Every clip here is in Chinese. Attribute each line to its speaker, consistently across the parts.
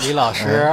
Speaker 1: 李老师，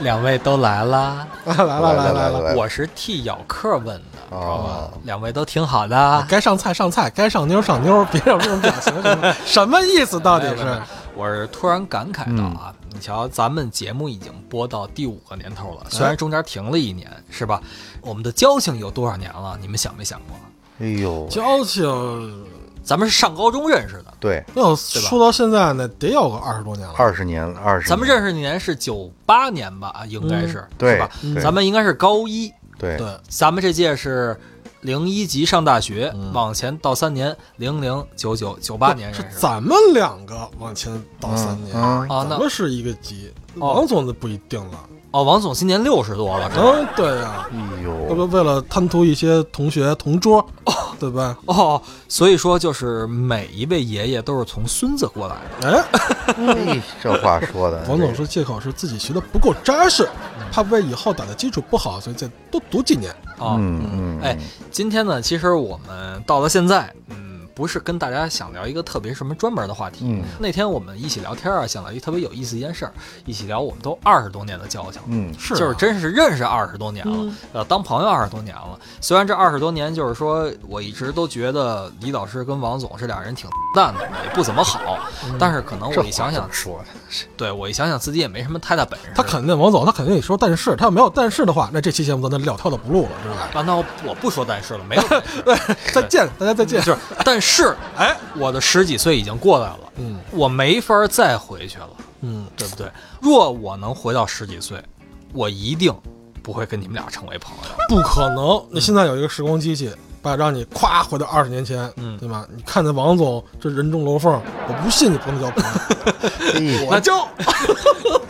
Speaker 1: 两位都来啦。
Speaker 2: 来了来了了，
Speaker 3: 来
Speaker 1: 我是替咬客问的，知道吧
Speaker 3: 哦？
Speaker 1: 两位都挺好的。哎
Speaker 2: 该上菜上菜，该上妞上妞， 别有这种表情，什么什么意思？到底
Speaker 1: 没有没有
Speaker 2: 是？嗯
Speaker 1: 我是突然感慨到啊，你瞧，咱们节目已经播到第五个年
Speaker 2: 哎
Speaker 1: 头了，虽然中间停了一年，是吧？我们的交情有多少年了？你们想没想过？
Speaker 3: 哎呦，
Speaker 2: 交情，
Speaker 1: 咱们是上高中认识的，
Speaker 3: 对，
Speaker 2: 要说到现在呢，得有个二十多年了。
Speaker 3: 二十年，二十，
Speaker 1: 咱们认识年是九八年吧，应该
Speaker 2: 嗯
Speaker 1: 是，
Speaker 3: 对
Speaker 1: 是吧？
Speaker 3: 对
Speaker 1: 咱们应该是高一，
Speaker 3: 对
Speaker 2: 对，
Speaker 1: 咱们这届是零一级上大学，
Speaker 3: 嗯
Speaker 1: 往前倒三年，零零九九九八年
Speaker 2: 是
Speaker 1: 认识的。
Speaker 2: 咱们两个往前倒三年，
Speaker 3: 嗯
Speaker 1: 啊，
Speaker 2: 咱
Speaker 1: 那
Speaker 2: 们是一个级，
Speaker 1: 哦
Speaker 2: 王总的不一定了。
Speaker 1: 哦，王总今年六十多了，是吧？
Speaker 2: 嗯，对呀，
Speaker 3: 哎
Speaker 2: 要
Speaker 3: 呦，
Speaker 2: 不为了贪图一些同学同桌，对吧？
Speaker 1: 哦，所以说就是每一位爷爷都是从孙子过来的。
Speaker 2: 哎，
Speaker 3: 哎，这话说的，
Speaker 2: 王总说借口是自己学的不够扎实，怕为以后打的基础不好，所以再多读几年。
Speaker 1: 啊，
Speaker 3: 嗯嗯
Speaker 1: 哎，今天呢，其实我们到了现在，嗯，不是跟大家想聊一个特别什么专门的话题。
Speaker 3: 嗯
Speaker 1: 那天我们一起聊天啊，想聊一特别有意思一件事儿，一起聊我们都二十多年的交情，
Speaker 3: 嗯
Speaker 2: 是啊
Speaker 1: 就是真是认识二十多年了，呃，当朋友二十多年了。虽然这二十多年，就是说我一直都觉得李老师跟王总是俩人挺淡的，也不怎么好，但是可能我一想想，
Speaker 3: 说的，
Speaker 1: 对我一想想自己也没什么太大本事。
Speaker 2: 他肯定王总，他肯定得说但是，他要没有但是的话，那这期节目咱就撂挑子不录了，是吧？
Speaker 1: 啊，那我我不说但是了，没有。
Speaker 2: 再见，大家再见。
Speaker 1: 就是，但是，哎，我的十几岁已经过来了，
Speaker 2: 嗯
Speaker 1: 我没法再回去了，
Speaker 2: 嗯，
Speaker 1: 对不对？若我能回到十几岁，我一定不会跟你们俩成为朋友。
Speaker 2: 不可能。你现在有一个时光机器，把让你咵回到二十年前，
Speaker 1: 嗯
Speaker 2: 对吧？你看见王总这人中龙凤，我不信你不能交朋
Speaker 3: 哎
Speaker 2: 友。
Speaker 1: 那就，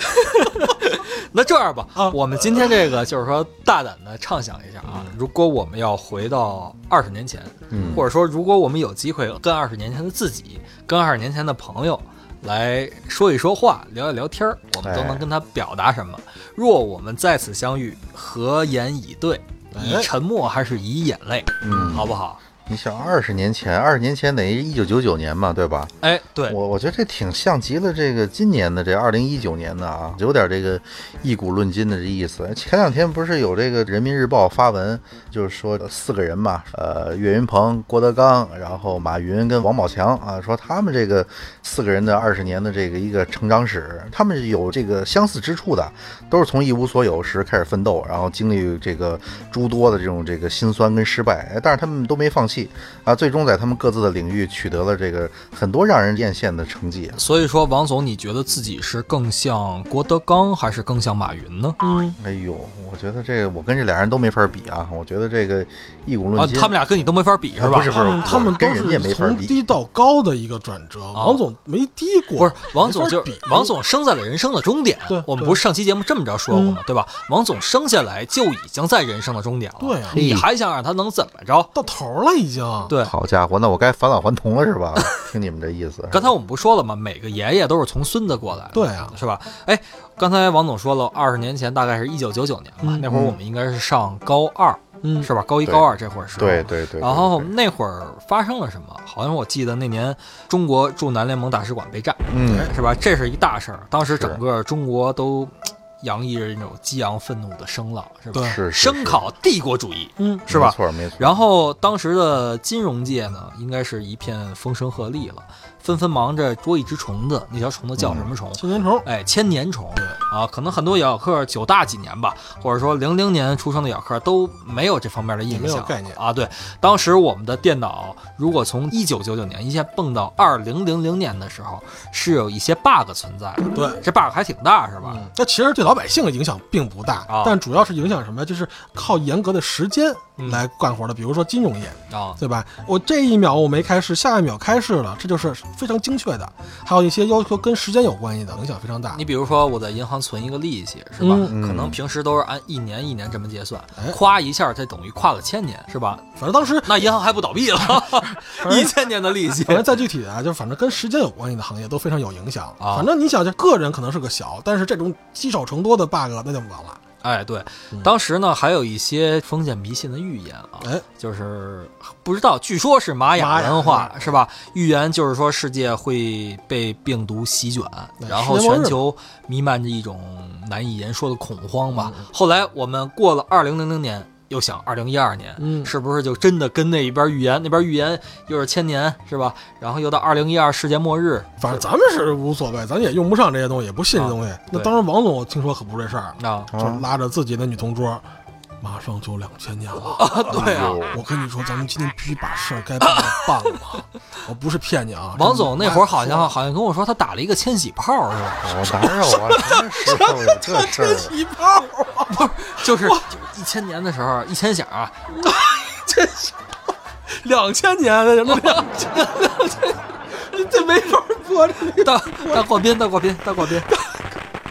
Speaker 1: 那这样吧，
Speaker 2: 啊
Speaker 1: 我们今天这个就是说，大胆的畅想一下啊，如果我们要回到二十年前，
Speaker 3: 嗯
Speaker 1: 或者说如果我们有机会跟二十年前的自己，跟二十年前的朋友来说一说话，聊一聊天儿，我们都
Speaker 3: 哎
Speaker 1: 能跟他表达什么？若我们再次相遇，何言以对？以
Speaker 2: 哎
Speaker 1: 沉默还是以眼泪？
Speaker 3: 嗯
Speaker 1: 好不好？
Speaker 3: 你想二十年前，二十年前等于一九九九年嘛，对吧？
Speaker 1: 哎，对，
Speaker 3: 我我觉得这挺像极了这个今年的这二零一九年的啊，有点这个一古论今的这意思。前两天不是有这个人民日报发文，就是说四个人嘛，呃，岳云鹏、郭德纲，然后马云跟王宝强啊，说他们这个四个人的二十年的这个一个成长史，他们有这个相似之处的，都是从一无所有时开始奋斗，然后经历这个诸多的这种这个辛酸跟失败，哎但是他们都没放弃啊，最终在他们各自的领域取得了这个很多让人艳羡的成绩。啊
Speaker 1: 所以说，王总，你觉得自己是更像郭德纲，还是更像马云呢？
Speaker 2: 嗯，
Speaker 3: 哎呦，我觉得这个我跟这俩人都没法比啊，我觉得这个一股
Speaker 1: 啊，
Speaker 3: 论斤，
Speaker 1: 他们俩跟你都没法比，是吧？
Speaker 3: 不是不
Speaker 2: 他
Speaker 3: 是
Speaker 2: 们，他们
Speaker 3: 跟
Speaker 2: 都
Speaker 3: 人家没
Speaker 2: 是
Speaker 3: 法
Speaker 2: 从
Speaker 3: 比。
Speaker 2: 低到高的一个转折，王总没低
Speaker 1: 啊不
Speaker 2: 过，
Speaker 1: 是王总
Speaker 2: 没法
Speaker 1: 就
Speaker 2: 比
Speaker 1: 是王总生在了人生的终点
Speaker 2: 对，
Speaker 1: 我们
Speaker 2: 对嗯
Speaker 1: 不是上期节目这么着说过吗？对吧？王总生下来就已经在人生的终点了，
Speaker 2: 对啊
Speaker 1: 你还想让他能怎么着？
Speaker 2: 到头了已经。
Speaker 1: 对，
Speaker 3: 好家伙，那我该返老还童了是吧？听你们这意思，
Speaker 1: 刚才我们不说了吗？每个爷爷都是从孙子过来的，
Speaker 2: 对啊
Speaker 1: 是吧？哎，刚才王总说了，二十年前大概是一九九九年吧，那会儿我们应该是上高二，
Speaker 2: 嗯
Speaker 1: 是吧？高一
Speaker 3: 对
Speaker 1: 高二这会儿是，
Speaker 3: 对。对对对。
Speaker 1: 然
Speaker 2: 哦
Speaker 1: 后
Speaker 3: 对
Speaker 1: 那会儿发生了什么？好像我记得那年中国驻南联盟大使馆被占，
Speaker 3: 嗯，
Speaker 1: 是吧？这是一大事儿，当时整个中国都嘖洋溢着那种激昂愤怒的声浪，是吧？
Speaker 2: 对
Speaker 3: 是是
Speaker 1: 声讨帝国主义，
Speaker 2: 嗯，
Speaker 1: 是吧
Speaker 3: 没？错没错。
Speaker 1: 然后当时的金融界呢，应该是一片风声鹤唳了，纷纷忙着捉一只虫子，那条虫子
Speaker 3: 嗯
Speaker 1: 叫什么虫？
Speaker 2: 千年虫，
Speaker 1: 哎，千年虫啊，可能很多咬客九大几年吧，或者说零零年出生的咬客都没有这方面的印
Speaker 2: 没有
Speaker 1: 象
Speaker 2: 概念
Speaker 1: 啊。对，当时我们的电脑如果从一九九九年一下蹦到二零零零年的时候，是有一些 bug 存在的，
Speaker 2: 对。
Speaker 1: 这 bug 还挺大是吧？
Speaker 2: 嗯，那其实对老百姓的影响并不大，
Speaker 1: 啊
Speaker 2: 但主要是影响什么呀？就是靠严格的时间
Speaker 1: 嗯
Speaker 2: 来干活的，比如说金融业，
Speaker 1: 啊，
Speaker 2: 对吧？我这一秒我没开市，下一秒开市了，这就是非常精确的。还有一些要求跟时间有关系的，影响非常大
Speaker 1: 你。比如说我在银行存一个利息是吧？
Speaker 2: 嗯
Speaker 1: 可能平时都是按一年一年这么结算
Speaker 2: 哎，
Speaker 1: 夸一下它等于跨了千年是吧？
Speaker 2: 反正当时，
Speaker 1: 那银行还不倒闭 了，一千年的利息。
Speaker 2: 反正再具体的啊，就反正跟时间有关系的行业都非常有影响。
Speaker 1: 啊
Speaker 2: 反正你想，这个人可能是个小，但是这种积少成多的 bug 那就完了。
Speaker 1: 哎，对，当时呢还有一些封建迷信的预言啊，
Speaker 2: 嗯哎，
Speaker 1: 就是不知道，据说是玛雅
Speaker 2: 玛雅嗯
Speaker 1: 文化
Speaker 2: 文化
Speaker 1: 是吧？预言就是说世界会被病毒席卷，
Speaker 2: 对
Speaker 1: 然后
Speaker 2: 世界末日
Speaker 1: 全球弥漫着一种难以言说的恐慌吧。
Speaker 2: 嗯
Speaker 1: 后来我们过了二零零零年。又想二零一二年，
Speaker 2: 嗯
Speaker 1: 是不是就真的跟那一边预言？那边预言又是千年，是吧？然后又到二零一二世界末日，
Speaker 2: 反正咱们是无所谓，咱也用不上这些东西，也不信这东西。那
Speaker 1: 啊对
Speaker 2: 当时王总我听说可不是这事儿，
Speaker 1: 啊
Speaker 2: 就拉着自己的女同桌，马上就两千年了。哎
Speaker 1: 啊，对啊，
Speaker 2: 我跟你说，咱们今天必须把事儿该办的办 了。我不是骗你啊，
Speaker 1: 王总那会儿好像
Speaker 2: 好
Speaker 1: 好像跟我说他打了一个千禧炮，是吧？
Speaker 3: 我哪有啊？什么时候 有这事儿啊？
Speaker 2: 一炮，
Speaker 1: 就是就是一千年的时候，一千响啊， 两千年的人了，两千
Speaker 2: 你这没法播这个。
Speaker 1: 大大过边，大过边，大过边。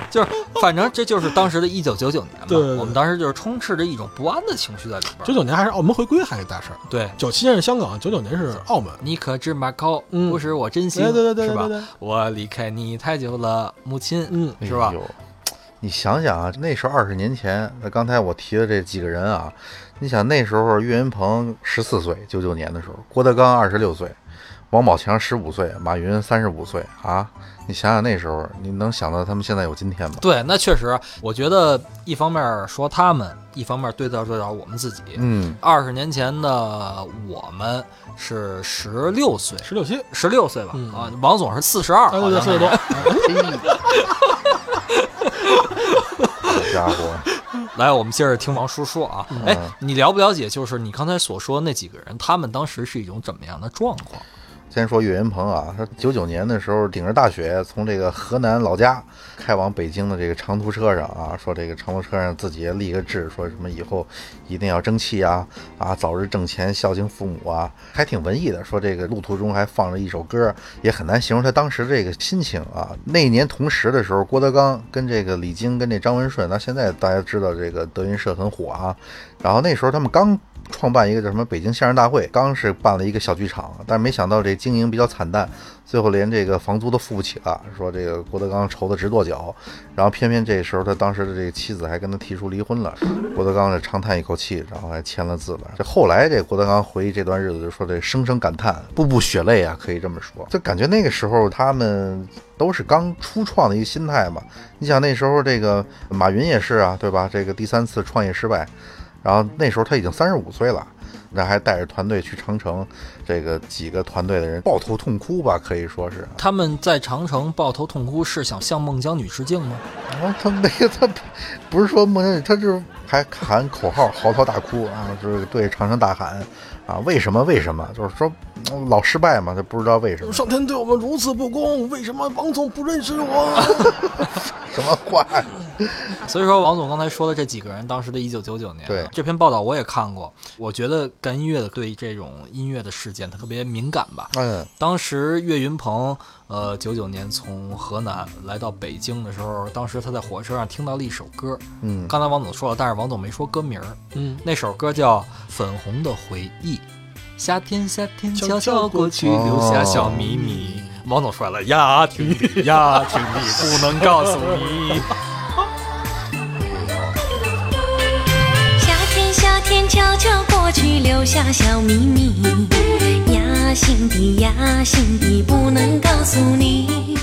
Speaker 1: 就是，反正这就是当时的一九九九年嘛，
Speaker 2: 对对对
Speaker 1: 我们当时就是充斥着一种不安的情绪在里边
Speaker 2: 九
Speaker 1: 儿。
Speaker 2: 九年还是澳门回归还是大事儿，
Speaker 1: 对，
Speaker 2: 九七年是香港，九九年是澳门。
Speaker 1: 你可知马高
Speaker 2: 嗯
Speaker 1: 不是我真心，
Speaker 2: 对对对对
Speaker 1: 是吧
Speaker 2: 对对对？
Speaker 1: 我离开你太久了，母亲，
Speaker 2: 嗯
Speaker 1: 是吧
Speaker 3: 哎？呦？你想想啊，那时候二十年前，那刚才我提的这几个人啊，你想那时候岳云鹏十四岁，九九年的时候，郭德纲二十六岁，王宝强十五岁，马云三十五岁啊！你想想那时候，你能想到他们现在有今天吗？
Speaker 1: 对，那确实，我觉得一方面说他们，一方面对照对照我们自己。
Speaker 3: 嗯，
Speaker 1: 二十年前的我们是十六岁，
Speaker 2: 十六七，
Speaker 1: 十六岁吧？
Speaker 2: 嗯
Speaker 1: 啊，王总是四十二，
Speaker 2: 哎
Speaker 1: 好
Speaker 2: 对
Speaker 1: 像
Speaker 2: 对，四十多，
Speaker 3: 好家伙，
Speaker 1: 来，我们接着听王叔说啊。哎，你了不了解？就是你刚才所说那几个人，他们当时是一种怎么样的状况？
Speaker 3: 先说岳云鹏啊，他九九年的时候顶着大雪从这个河南老家开往北京的这个长途车上啊，说这个长途车上自己立个志，说什么以后一定要争气啊啊，早日挣钱孝敬父母啊，还挺文艺的。说这个路途中还放着一首歌，也很难形容他当时这个心情啊。那一年同时的时候，郭德纲跟这个李菁跟这张文顺，那现在大家知道这个德云社很火啊，然后那时候他们刚创办一个叫什么北京相声大会，刚是办了一个小剧场，但是没想到这经营比较惨淡，最后连这个房租都付不起了。啊说这个郭德纲愁得直跺脚，然后偏偏这时候他当时的这个妻子还跟他提出离婚了，郭德纲是长叹一口气，然后还签了字了。这后来这郭德纲回忆这段日子，就说这声声感叹，步步血泪啊，可以这么说。就感觉那个时候他们都是刚初创的一个心态嘛。你想那时候这个马云也是啊，对吧？这个第三次创业失败。然后那时候他已经三十五岁了，那还带着团队去长城，这个几个团队的人抱头痛哭吧，可以说是。
Speaker 1: 他们在长城抱头痛哭，是想向孟姜女致敬吗？
Speaker 3: 啊，他那个他不是说梦想，他是还喊口号，嚎啕大哭啊，就是对长城大喊啊，为什么为什么？就是说嗯老失败嘛，他不知道为什么
Speaker 2: 上天对我们如此不公，为什么王总不认识 我？
Speaker 3: 什么话呀。
Speaker 1: 所以说，王总刚才说的这几个人，当时的一九九九年，啊
Speaker 3: 对
Speaker 1: 这篇报道我也看过。我觉得干音乐的对这种音乐的事件，他特别敏感吧。
Speaker 3: 嗯，
Speaker 1: 当时岳云鹏，呃，九九年从河南来到北京的时候，当时他在火车上听到了一首歌，
Speaker 3: 嗯
Speaker 1: 刚才王总说了，但是王总没说歌名儿，
Speaker 2: 嗯，
Speaker 1: 那首歌叫《粉红的回忆》，夏天夏天悄悄
Speaker 2: 悄悄
Speaker 1: 过
Speaker 2: 过
Speaker 1: 去，
Speaker 2: 去哦
Speaker 1: 留下小秘密。王总说了，呀，听你呀，听你，不能告诉你。
Speaker 4: 夏天，夏天悄悄过去，留下小秘密。呀，心底呀，心底不能告诉你。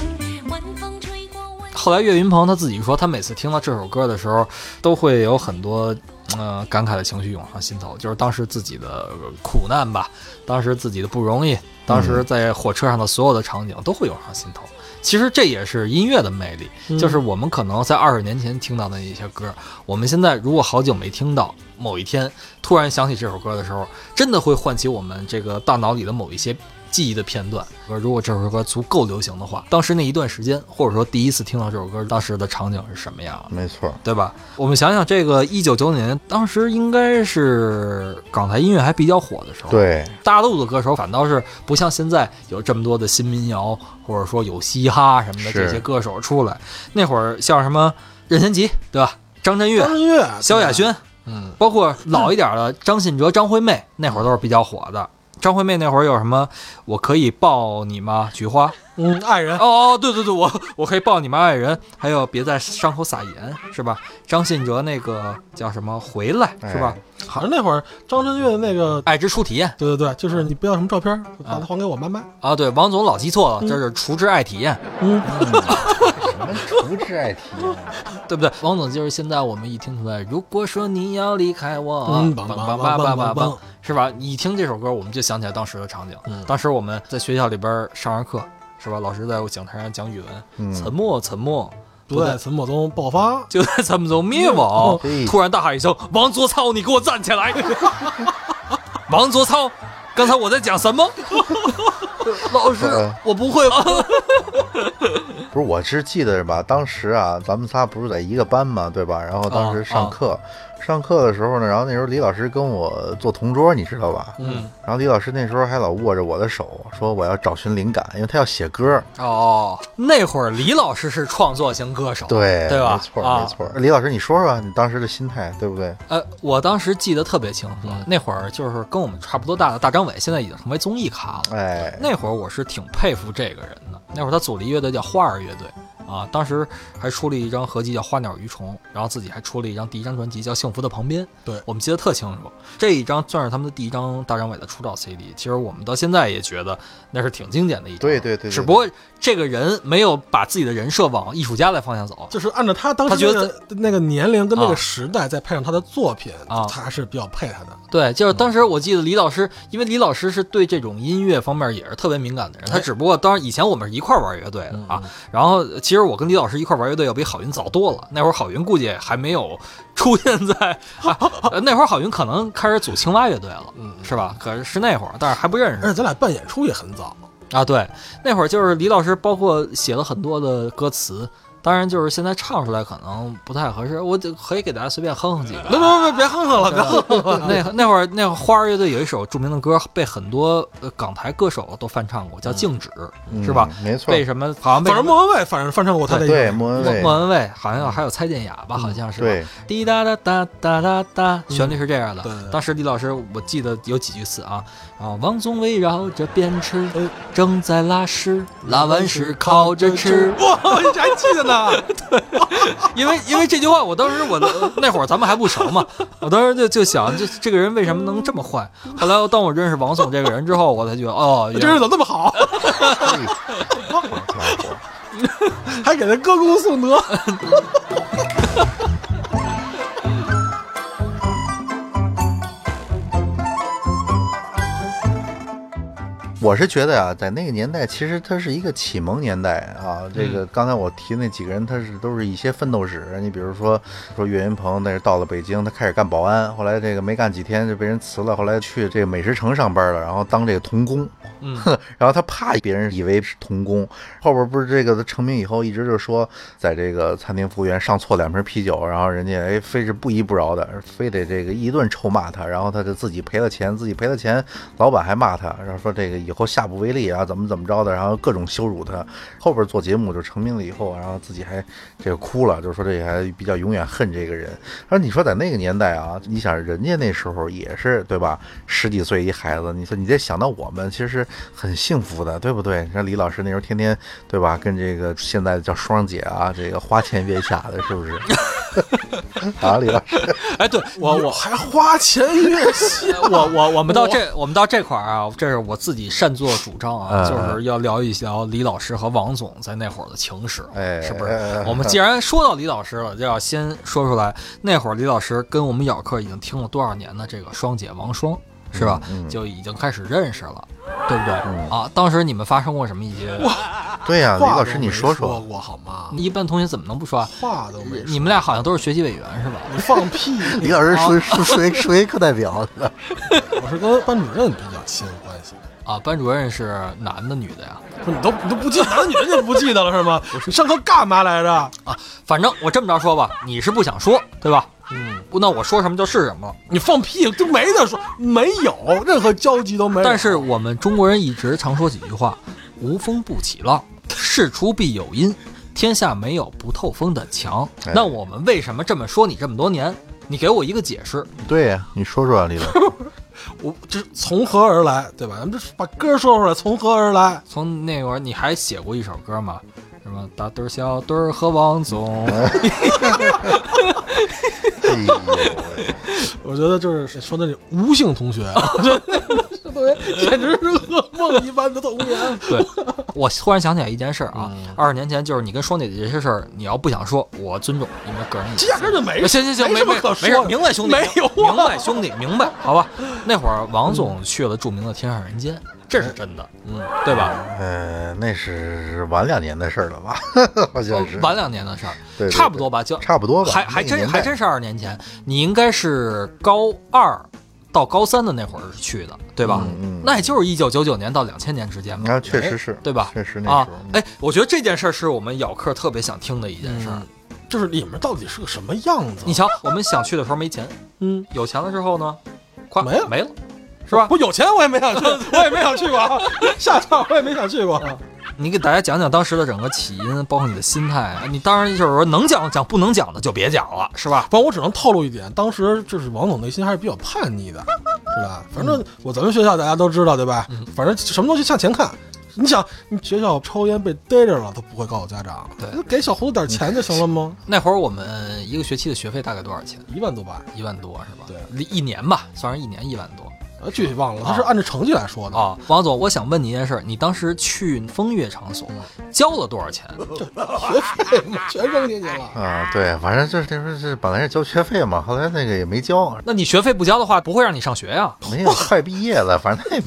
Speaker 4: 晚风吹过我。
Speaker 1: 后来岳云鹏他自己说，他每次听到这首歌的时候，都会有很多呃感慨的情绪涌上心头，就是当时自己的苦难吧，当时自己的不容易，当时在火车上的所有的场景都会涌上心头。其实这也是音乐的魅力，就是我们可能在二十年前听到的一些歌，我们现在如果好久没听到，某一天突然想起这首歌的时候，真的会唤起我们这个大脑里的某一些记忆的片段。如果这首歌足够流行的话，当时那一段时间，或者说第一次听到这首歌，当时的场景是什么样的？
Speaker 3: 没错，
Speaker 1: 对吧？我们想想，这个一九九九年，当时应该是港台音乐还比较火的时候。，
Speaker 3: 对，
Speaker 1: 大陆的歌手反倒是不像现在有这么多的新民谣，或者说有嘻哈什么的
Speaker 3: 是
Speaker 1: 这些歌手出来。那会儿像什么任贤齐，对吧？张震岳
Speaker 2: 张、震岳、
Speaker 1: 萧亚轩，嗯，包括老一点的张信哲、张惠妹，那会儿都是比较火的。张惠妹那会儿有什么？我可以抱你吗？菊花。
Speaker 2: 嗯，爱人，
Speaker 1: 哦哦，对对对，我我可以抱你们爱人，还有别在伤口撒盐，是吧？张信哲那个叫什么回来是吧？
Speaker 2: 好像那会儿张震岳的那个，
Speaker 1: 爱之初体验
Speaker 2: 对对对，就是你不要什么照片，把它还给我妈妈。
Speaker 1: 啊，对，王总老记错了，这是除之爱体验，
Speaker 2: 嗯，
Speaker 3: 什么除之爱体啊，
Speaker 1: 对不对？王总就是现在我们一听出来，如果说你要离开我，
Speaker 2: 嗯
Speaker 1: 梆
Speaker 2: 梆
Speaker 1: 梆
Speaker 2: 梆
Speaker 1: 梆
Speaker 2: 梆
Speaker 1: 梆
Speaker 2: 梆
Speaker 1: 梆，是吧？你一听这首歌，我们就想起来当时的场景。
Speaker 2: 嗯
Speaker 1: 当时我们在学校里边上着课，是吧？老师在讲台上讲语文，
Speaker 3: 嗯
Speaker 1: 沉默，沉默。
Speaker 2: 独在沉默中爆发。
Speaker 1: 就在咱们中灭亡
Speaker 3: 嗯，
Speaker 1: 突然大喊一声：“王卓操，你给我站起来！” 王卓操，刚才我在讲什么？老师
Speaker 3: 嗯，
Speaker 1: 我不会了。
Speaker 3: 不是，我是记得吧？当时啊，咱们仨不是在一个班嘛，对吧？然后当
Speaker 1: 啊
Speaker 3: 时上课，上课的时候呢，然后那时候李老师跟我做同桌，你知道吧？
Speaker 1: 嗯，
Speaker 3: 然后李老师那时候还老握着我的手，说我要找寻灵感，因为他要写歌。
Speaker 1: 哦，那会儿李老师是创作型歌手，
Speaker 3: 对，
Speaker 1: 对吧？
Speaker 3: 哎没错，
Speaker 1: 啊
Speaker 3: 没。错。李老师，你说说你当时的心态，对不对？
Speaker 1: 呃，我当时记得特别清
Speaker 3: 嗯
Speaker 1: 楚，那会儿就是跟我们差不多大的大张伟，现在已经成为综艺咖了。
Speaker 3: 哎，
Speaker 1: 那会儿我是挺佩服这个人的。那会儿他组了一乐队叫花儿乐队啊，当时还出了一张合集叫《花鸟鱼虫》，然后自己还出了一张第一张专辑叫《幸福的旁边》。
Speaker 2: 对
Speaker 1: 我们记得特清楚，这一张算是他们的第一张大张伟的出道 CD。其实我们到现在也觉得那是挺经典的一张，
Speaker 3: 对对对对
Speaker 1: 只不过这个人没有把自己的人设往艺术家的方向走。
Speaker 2: 就是按照他当时
Speaker 1: 他觉
Speaker 2: 那
Speaker 1: 得
Speaker 2: 个那个年龄跟那
Speaker 1: 啊
Speaker 2: 个时代，再配上他的作品，
Speaker 1: 啊
Speaker 2: 他还是比较配他的。
Speaker 1: 对，就是当时我记得李老师，因为李老师是对这种音乐方面也是特别敏感的人，他只不过当然以前我们是一块儿玩乐队的啊，然后其实我跟李老师一块儿玩乐队要比郝云早多了，那会儿郝云估计还没有出现在，啊呃那会儿郝云可能开始组青蛙乐队了，是吧？可是是那会儿，但是还不认
Speaker 2: 嗯而
Speaker 1: 识
Speaker 2: 且咱俩办演出也很早，
Speaker 1: 啊。对，那会儿就是李老师包括写了很多的歌词。当然，就是现在唱出来可能不太合适，我就可以给大家随便哼哼几个。
Speaker 2: 别别别别哼哼了，别哼哼了。
Speaker 1: 啊那那会儿，那会儿花儿乐队有一首著名的歌，被很多呃港台歌手都翻唱过，叫《静止》，是吧？
Speaker 3: 嗯没错
Speaker 1: 被什么？好像被
Speaker 2: 反
Speaker 1: 什
Speaker 2: 正
Speaker 1: 么
Speaker 2: 莫文蔚反正翻唱过他的一
Speaker 3: 对，
Speaker 2: 个，
Speaker 3: 莫文
Speaker 1: 莫
Speaker 3: 蔚，嗯
Speaker 1: 莫文蔚，好像还有蔡健雅吧，好像是吧。
Speaker 3: 对，嗯
Speaker 1: 滴答答答答答答，旋律是这样的。
Speaker 2: 对对对
Speaker 1: 当时李老师，我记得有几句词啊，啊，王总围绕着便池
Speaker 3: 嗯
Speaker 2: 哎，
Speaker 1: 正在拉屎，拉完屎靠着吃。
Speaker 2: 哇，你这还记得 呢？
Speaker 1: 因为因为这句话，我当时我的那会儿咱们还不熟嘛，我当时就就想，这这个人为什么能这么坏？后来当我认识王总这个人之后，我才觉得哦，
Speaker 2: 这人
Speaker 1: 原
Speaker 2: 怎么那么 好，
Speaker 3: 嘿好家伙
Speaker 2: 还给他歌功颂德？
Speaker 3: 我是觉得啊，在那个年代，其实它是一个启蒙年代啊。这个刚才我提那几个人，他是都是一些奋斗史。你比如说，说岳云鹏，那是到了北京，他开始干保安，后来这个没干几天就被人辞了，后来去这个美食城上班了，然后当这个童工。嗯， 然后他怕别人以为是童工，后边不是这个他成名以后，一直就说在这个餐厅服务员上错两瓶啤酒，然后人家哎非是不依不饶的，非得这个一顿臭骂他，然后他就自己赔了钱，自己赔了钱，老板还骂他，然后说这个以后下不为例啊，怎么怎么着的，然后各种羞辱他。后边做节目就成名了以后，然后自己还这个哭了，就说这还比较永远恨这个人。然后你说在那个年代啊，你想人家那时候也是对吧，十几岁一孩子，你说你再想到我们，其实很幸福的，对不对？你看李老师那时候天天对吧，跟这个现在叫双姐啊，这个花前月下的，是不是？ 啊，李老师，
Speaker 1: 哎，对我我
Speaker 2: 还花前 月下，
Speaker 1: 我我我们到这我们到这块儿啊，这是我自己擅作主张啊，
Speaker 3: 嗯
Speaker 1: 就是要聊一聊李老师和王总在那会儿的情史，啊
Speaker 3: 哎
Speaker 1: 是不
Speaker 3: 哎哎
Speaker 1: 是
Speaker 3: 哎？
Speaker 1: 呃我们既然说到李老师了，就要先说出来，那会儿李老师跟我们咬客已经听了多少年的这个双姐王双。是吧？就已经开始认识了，对不对、啊？当时你们发生过什么一些？
Speaker 3: 哎对呀、李
Speaker 2: 话
Speaker 3: 老
Speaker 2: 都
Speaker 3: 师你
Speaker 2: 没
Speaker 3: 说
Speaker 2: 说
Speaker 3: 说，
Speaker 2: 过好吗？
Speaker 1: 一般同学怎么能不说啊？
Speaker 2: 话都没说，
Speaker 1: 你们俩好像都是学习委员是吧？
Speaker 2: 你放屁！
Speaker 3: 李老师属于属于属于属于课代表的。
Speaker 2: 我是跟班主任比较亲的关系，
Speaker 1: 啊，班主任是男的女的呀？
Speaker 2: 不是你都你都不记得男的女的你也不记得了是吗？你上课干嘛来着？
Speaker 1: 啊，反正我这么着说吧，你是不想说，对吧？嗯，那我说什么就是什么了。
Speaker 2: 你放屁就没得说，没有任何交集都没有。
Speaker 1: 但是我们中国人一直常说几句话：无风不起浪，事出必有因，天下没有不透风的墙。
Speaker 3: 哎
Speaker 1: 那我们为什么这么说你这么多年？你给我一个解释。
Speaker 3: 对呀、你说说啊，李总。
Speaker 2: 我这是从何而来，对吧？咱们这把歌说出来，从何而来？
Speaker 1: 从那会儿你还写过一首歌吗？什么大墩儿小墩儿和王总？
Speaker 3: 哎呦喂！
Speaker 2: 我觉得就是说的那吴姓同学，我觉得这同学简直是噩梦一般的童年。
Speaker 1: 对，我突然想起来一件事儿啊，二十年前就是你跟双姐姐这些事儿，你要不想说，我尊重你们个人意
Speaker 2: 这
Speaker 1: 见
Speaker 2: 压。根儿就没
Speaker 1: 行行行，
Speaker 2: 哎没
Speaker 1: 没
Speaker 2: 什么
Speaker 1: 没
Speaker 2: 可
Speaker 1: 没事
Speaker 2: 说的，
Speaker 1: 明白兄弟，
Speaker 2: 没有
Speaker 1: 明
Speaker 2: 啊，
Speaker 1: 白兄弟，明白，好吧。那会儿王总去了著名的天上人间，这是真的，嗯，对吧？
Speaker 3: 呃，那是晚两年的事儿了吧？ 好像是
Speaker 1: 哦晚两年的事儿，
Speaker 3: 对对对
Speaker 1: 差不多吧，就
Speaker 3: 差不多吧，
Speaker 1: 还还
Speaker 3: 那个
Speaker 1: 真
Speaker 3: 年代
Speaker 1: 还真是二十年前，你应该是高二到高三的那会儿去的，对吧？
Speaker 3: 嗯嗯
Speaker 1: 那也就是一九九九年到两千年之间嘛，
Speaker 3: 啊，确实是，
Speaker 1: 哎对吧？
Speaker 3: 确实那
Speaker 1: 啊
Speaker 3: 时候，，嗯
Speaker 1: 哎，我觉得这件事儿是我们咬客特别想听的一件事儿。
Speaker 2: 嗯就是你们到底是个什么样子？
Speaker 1: 你瞧，我们想去的时候没钱，
Speaker 2: 嗯，
Speaker 1: 有钱了之后呢，快
Speaker 2: 没了
Speaker 1: 没了，是吧？
Speaker 2: 不有钱我也没想去，我也没想去过啊，下场我也没想去过。
Speaker 1: 啊你给大家讲讲当时的整个起因，包括你的心态。你当然就是说能讲讲，不能讲的就别讲了，是吧？
Speaker 2: 不然我只能透露一点，当时就是王总内心还是比较叛 逆的，是吧？反正我咱们学校大家都知道，对吧？
Speaker 1: 嗯
Speaker 2: 反正什么东西向前看。你想，你学校抽烟被逮着了，都不会告诉家长，
Speaker 1: 对，
Speaker 2: 给小胡子点钱就行了 吗？
Speaker 1: 那会儿我们一个学期的学费大概多少钱？
Speaker 2: 一万多吧，
Speaker 1: 一万多是吧？
Speaker 2: 对，
Speaker 1: 一年吧，算是一年一万多
Speaker 2: 呃，具体忘了，他是按照成绩来说的。
Speaker 1: 啊、王总，我想问你一件事儿，你当时去风月场所
Speaker 3: 嗯
Speaker 1: 交了多少钱？
Speaker 2: 学费嘛，全扔进 去
Speaker 1: 哎
Speaker 2: 了。
Speaker 3: 啊，对，反正就是那时候是本来是交学费嘛，后来那个也没交，
Speaker 1: 那你学费不交的话，不会让你上学呀、
Speaker 3: 没有，快毕业了，反正也没，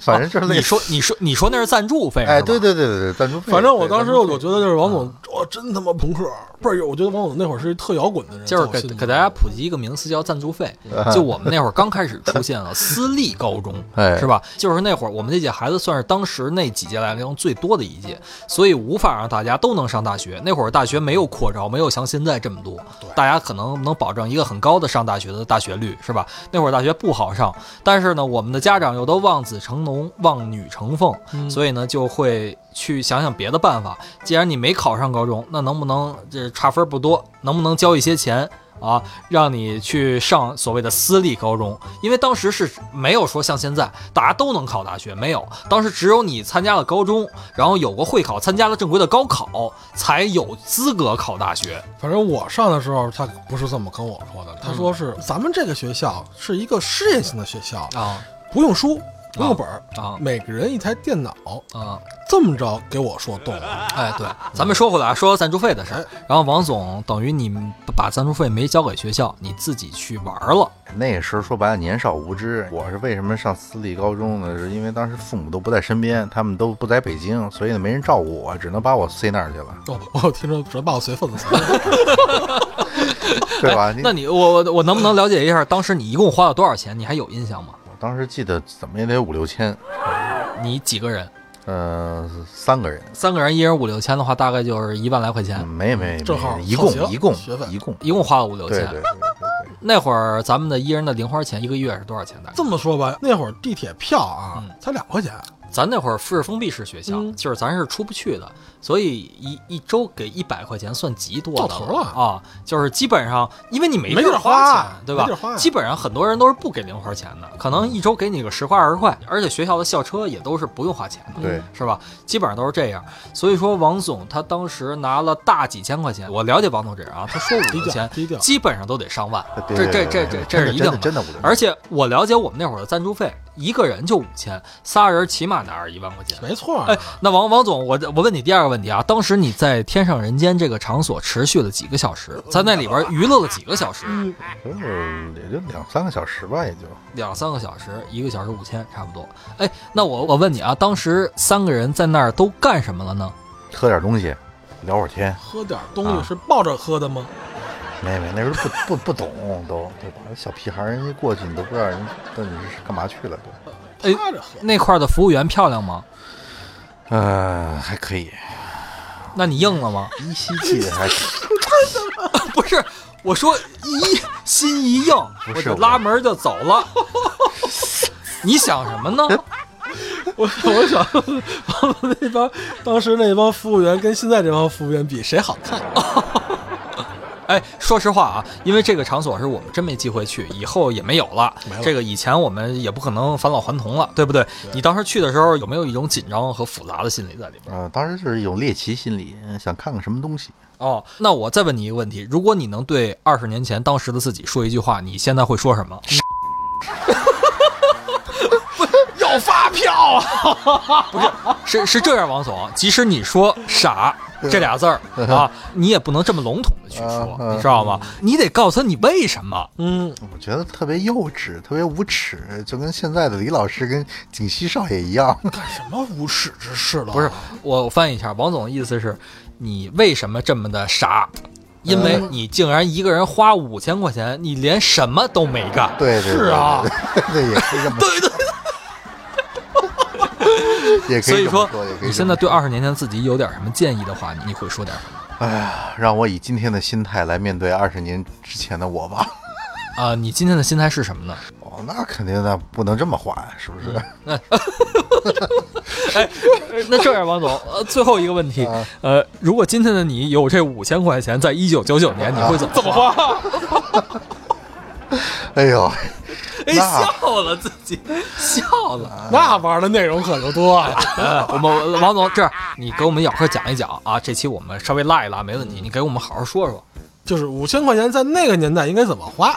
Speaker 3: 反正就是
Speaker 1: 啊你
Speaker 3: 那
Speaker 1: 说，你说，你说那是赞助费是吧？
Speaker 3: 哎，对对对对对，赞助费。
Speaker 2: 反正我
Speaker 3: 对
Speaker 2: 当时
Speaker 3: 赞助
Speaker 2: 我
Speaker 3: 费
Speaker 2: 就觉得就是王总，我真他妈朋克，倍儿有。我觉得王总那会儿是一特摇滚的人，
Speaker 1: 就是
Speaker 2: 在
Speaker 1: 给
Speaker 2: 我心里
Speaker 1: 给大家普及一个名词叫赞助费，就我们那会儿刚开始出现了私立高中，
Speaker 3: 哎
Speaker 1: 是吧？就是那会儿我们这届孩子算是当时那几届来中最多的一届，所以无法让大家都能上大学。那会儿大学没有扩招，没有像现在这么多，大家可能能保证一个很高的上大学的大学率，是吧？那会儿大学不好上，但是呢，我们的家长又都望子成龙、望女成凤，
Speaker 2: 嗯
Speaker 1: 所以呢就会去想想别的办法。既然你没考上高中，那能不能这差分不多，能不能交一些钱啊，让你去上所谓的私立高中？因为当时是没有说像现在大家都能考大学，没有，当时只有你参加了高中，然后有过会考，参加了正规的高考，才有资格考大学。
Speaker 2: 反正我上的时候，他不是这么跟我说的，他说
Speaker 1: 嗯
Speaker 2: 是咱们这个学校是一个试验性的学校，
Speaker 1: 啊
Speaker 2: 不用书，不用本儿
Speaker 1: 啊
Speaker 2: 每个人一台电脑，
Speaker 1: 啊！
Speaker 2: 这么着给我说动了。
Speaker 1: 哎，对，咱们说回来啊，说赞助费的事儿。然后王总等于你把赞助费没交给学校，你自己去玩儿了。
Speaker 3: 那个时候说白了年少无知，我是为什么上私立高中呢？是因为当时父母都不在身边，他们都不在北京，所以呢没人照顾我，只能把我塞那儿去了，
Speaker 2: 哦，我听说只把我随份子钱，
Speaker 3: 对吧？
Speaker 1: 哎那你我我我能不能了解一下，当时你一共花了多少钱？你还有印象吗？
Speaker 3: 我当时记得怎么也得五六千，
Speaker 1: 你几个人？
Speaker 3: 呃，三个人，
Speaker 1: 三个人一人五六千的话，大概就是一万来块钱，
Speaker 3: 嗯没没没，
Speaker 2: 正好
Speaker 3: 一
Speaker 2: 凑
Speaker 3: 共
Speaker 2: 齐了
Speaker 3: 一共
Speaker 2: 学费
Speaker 3: 一共，
Speaker 1: 一共花了五六
Speaker 3: 对
Speaker 1: 千。
Speaker 3: 对对对对，
Speaker 1: 那会儿咱们的一人的零花钱一个月是多少钱的？
Speaker 2: 这么说吧，那会儿地铁票啊
Speaker 1: 嗯
Speaker 2: 才两块钱，
Speaker 1: 咱那会儿是封闭式学校，
Speaker 2: 嗯
Speaker 1: 就是咱是出不去的，所以一一周给一百块钱算极多的
Speaker 2: 到头了
Speaker 1: 啊！就是基本上，因为你没
Speaker 2: 没
Speaker 1: 地
Speaker 2: 地
Speaker 1: 儿
Speaker 2: 儿
Speaker 1: 花
Speaker 2: 花
Speaker 1: 钱，对吧
Speaker 2: 没地儿花？呀
Speaker 1: 基本上很多人都是不给零花钱的，可能一周给你个十块二十块，而且学校的校车也都是不用花钱的，
Speaker 3: 对
Speaker 1: 是吧？基本上都是这样。所以说，王总他当时拿了大几千块钱，我了解王总这人啊，他说五
Speaker 2: 低
Speaker 1: 六千
Speaker 2: 调，低调。
Speaker 1: 基本上都得上万，
Speaker 3: 对
Speaker 1: 这
Speaker 3: 对
Speaker 1: 这这
Speaker 3: 对对
Speaker 1: 这
Speaker 3: 真
Speaker 1: 这
Speaker 3: 的
Speaker 1: 是一定
Speaker 3: 真的真的无聊
Speaker 1: 而且我了解我们那会儿的赞助费，一个人就五千，仨人起码拿着一万块钱。
Speaker 2: 没错，
Speaker 3: 啊
Speaker 1: 哎，那王王总，我我问你第二个问题啊，当时你在天上人间这个场所持续了几个小时，在那里边娱乐了几个小时？
Speaker 3: 就是也就两三个小时吧，也就。
Speaker 1: 两三个小时，一个小时五千，差不多。哎，那我我问你啊，当时三个人在那儿都干什么了呢？
Speaker 3: 喝点东西，聊会儿天。
Speaker 2: 喝点
Speaker 1: 啊
Speaker 2: 东西是抱着喝的吗？
Speaker 3: 没没，那时候不不不懂都，对吧？小屁孩儿人家过去你都不知道人到底是干嘛去了都。
Speaker 1: 哎
Speaker 2: 趴着喝。
Speaker 1: 那块儿的服务员漂亮吗？
Speaker 3: 呃，还可以，
Speaker 1: 那你硬了吗？
Speaker 3: 依稀记得还
Speaker 1: 不是，我说一心一硬，
Speaker 3: 不
Speaker 1: 我
Speaker 3: 是
Speaker 1: 就
Speaker 3: 我
Speaker 1: 拉门就走了。 你想什么呢？
Speaker 2: 我我想， 那帮当时那帮服务员跟现在这帮服务员比，谁好看？
Speaker 1: 哎，说实话啊，因为这个场所是我们真没机会去，以后也没有了。
Speaker 2: 没有
Speaker 1: 这个以前我们也不可能返老还童了，对不对？你当时去的时候有没有一种紧张和复杂的心理在里边？
Speaker 3: 呃，当时就是有猎奇心理，嗯想看看什么东西。
Speaker 1: 哦，那我再问你一个问题：如果你能对二十年前当时的自己说一句话，你现在会说什么？
Speaker 5: 要发票啊！
Speaker 1: 是是这样，王总，啊即使你说“傻”这俩字儿啊，你也不能这么笼统的去说，
Speaker 3: 嗯嗯
Speaker 1: 你知道吗？你得告诉他你为什么。
Speaker 2: 嗯，
Speaker 3: 我觉得特别幼稚，特别无耻，就跟现在的李老师跟景熙少爷一样。
Speaker 2: 干什么无耻之事了？
Speaker 1: 不是，我翻译一下，王总的意思是，你为什么这么的傻？因为
Speaker 3: 嗯
Speaker 1: 你竟然一个人花五千块钱，你连什么都没干。
Speaker 3: 对对
Speaker 2: 是啊，
Speaker 3: 对对对，也可以这么
Speaker 1: 对对，
Speaker 3: 也可
Speaker 1: 所以
Speaker 3: 以这么
Speaker 1: 说
Speaker 3: 说，也可以这么说。
Speaker 1: 你现在对二十年前自己有点什么建议的话，你会说点什么
Speaker 3: 哎呀，让我以今天的心态来面对二十年之前的我吧。
Speaker 1: 啊、你今天的心态是什么呢？
Speaker 3: 哦，那肯定的，不能这么花，是不是？
Speaker 1: 嗯 那这样，王总，呃，最后一个问题，
Speaker 3: 啊
Speaker 1: 呃，如果今天的你有这五千块钱，在一九九九年，你会怎么怎么
Speaker 3: 啊
Speaker 1: 花？
Speaker 3: 哎呦，
Speaker 1: 哎，笑了自己，笑
Speaker 3: 啊
Speaker 1: 了。
Speaker 2: 那玩的内容可就多了。
Speaker 1: 呃，我们王总，这样你给我们咬客讲一讲啊，这期我们稍微拉一拉，没问题。你给我们好好说说。
Speaker 2: 就是五千块钱在那个年代应该怎么花？